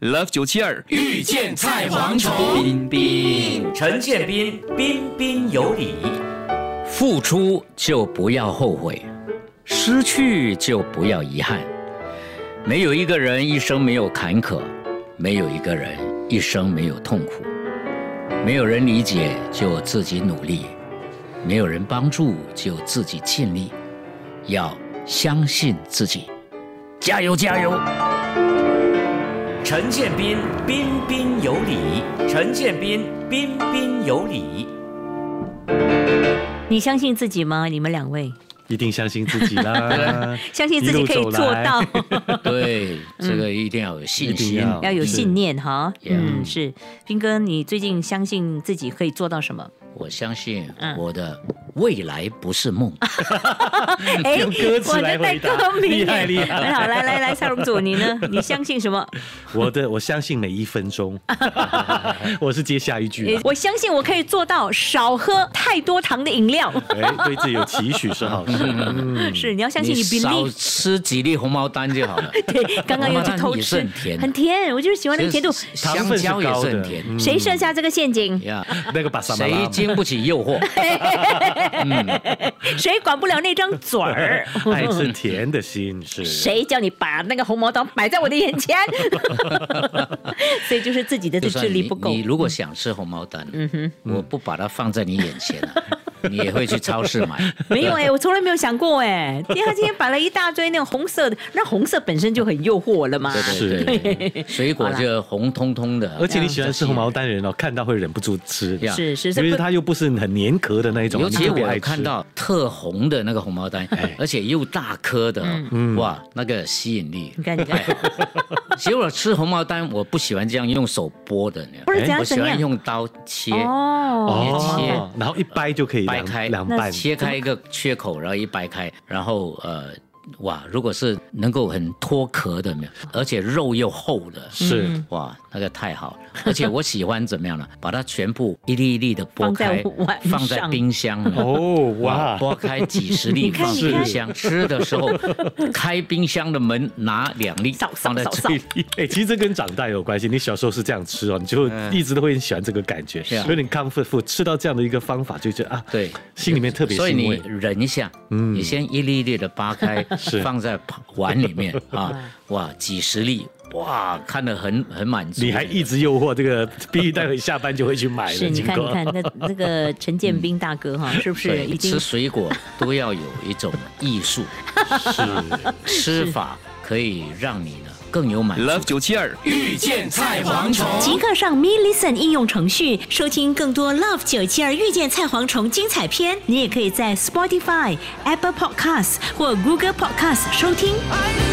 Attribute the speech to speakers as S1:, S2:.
S1: Love 九七二
S2: 遇见菜蝗虫，
S3: 彬彬，
S4: 陈建斌，彬彬有礼。
S3: 付出就不要后悔，失去就不要遗憾。没有一个人一生没有坎坷，没有一个人一生没有痛苦。没有人理解就自己努力，没有人帮助就自己尽力。要相信自己，加油加油！
S4: 陈建斌，彬彬有礼。陈建斌，彬彬有礼。
S5: 你相信自己吗？你们两位
S6: 一定相信自己啦，
S5: 相信自己可以做到，
S3: 对，这个一定要有信
S6: 一定
S3: 心。啊
S6: 要
S5: 嗯要有信念哈。
S3: 是
S5: 嗯，是，斌哥，你最近相信自己可以做到什 么？
S3: 我相信
S5: 嗯
S3: 我的未来不是梦。
S5: 哎
S6: 用歌词来回答
S5: 我的代歌名
S6: 厉害厉害
S5: 很好，来来来，蔡荣祖，你 呢？你相信什么？
S6: 我的我相信每一分钟，我是接下一句啦。
S5: 我相信我可以做到少喝太多糖的饮料。
S6: 哎，对自己有期许是好事。嗯，
S5: 是，你要相信你
S3: 少
S5: believe。
S3: 吃几粒红毛丹就好了。
S5: 对，刚刚又去偷
S3: 也
S5: 吃
S3: 是，很甜的
S5: 很甜， 我就是喜欢那个甜度。
S3: 香蕉也是很甜。
S5: 谁设下这个陷
S6: 嗯
S5: 阱？
S3: 呀，
S6: 那个把萨马
S3: 谁
S6: 拉，
S3: 经不起诱惑？
S5: 谁管不了那张嘴儿？
S6: 爱是甜的心是。
S5: 谁叫你把那个红毛糖摆在我的眼 前？所以就是自己的
S3: 就
S5: 智
S3: 算
S5: 力
S3: 你
S5: 不够
S3: 你。如果想吃红毛丹，
S5: 嗯哼，
S3: 我不把它放在你眼前啊， 你也会去超市 买。
S5: 没有哎、我从来没有想 过哎、因为他今天摆了一大堆那种红色的，那红色本身就很诱惑我了嘛。
S3: 对对对 对，水果就红彤彤的，
S6: 而且你喜欢吃红毛丹人哦，看到会忍不住吃，
S3: 呀
S5: 是是
S6: 因为
S5: 是，
S6: 它又不是很粘壳的那一种，
S3: 尤
S6: 你
S3: 其
S6: 特别
S3: 我
S6: 爱
S3: 有看
S6: 吃。哎
S3: 到特红的那个红毛丹，而且又大颗的，
S6: 嗯
S3: 哇，那个吸引力
S5: 你。看你看，
S3: 哎其实我吃红毛丹，我不喜欢这样用手剥的，你知道吗
S5: 不是怎样
S3: 哎我
S5: 怎
S3: 喜欢
S5: 样
S3: 用刀切，
S5: 哦
S6: 哦，然后一掰就可以
S3: 掰
S6: 两
S3: 开
S6: 两
S5: 那
S6: 半，
S3: 切 开一个缺口，然后一掰开，然后呃，哇，如果是能够很脱壳的，没有，而且肉又厚的，
S6: 是
S3: 哇，那个太好了。而且我喜欢怎么样呢？把它全部一粒一粒的剥
S5: 放在
S3: 开
S5: 碗，上
S3: 放在冰箱里。
S6: 哦
S3: 哇，
S6: 哇，
S3: 剥开几十粒
S5: 你看
S3: 放
S5: 你看
S3: 冰箱，吃的 时候开冰箱的门拿两粒
S5: 扫扫
S3: 放在
S5: 扫
S3: 嘴里，
S6: 哎，其实这跟长大有关系。你小时候是这样吃哦，你就一直都会很喜欢这个感觉，
S3: 嗯是啊
S6: 有点 comfort food。吃到这样的一个方法，就觉得啊，
S3: 对，
S6: 心里面特别
S3: 所以
S6: 欣
S3: 你
S6: 慰。
S3: 忍一下，
S6: 嗯
S3: 你先一粒一粒的扒开，
S6: 是
S3: 放在碗里面 啊，哇，几十粒，哇，看得很很满足。
S6: 你还一直诱惑这个，必须待会下班就会去买了。
S5: 是，你
S6: 金
S5: 看
S6: 哥
S5: 你看，那那个陈建斌大哥哈，是不 是
S3: 对
S5: 已经
S3: 吃水果都要有一种艺 术，吃法可以让你呢更有满足。
S1: Love 九七二
S2: 遇见菜蝗虫。
S7: 即刻上 Me Listen 应用程序收听更多 Love 九七二遇见菜蝗虫精彩片。你也可以在 Spotify、Apple Podcasts 或 Google Podcasts 收听。
S2: I love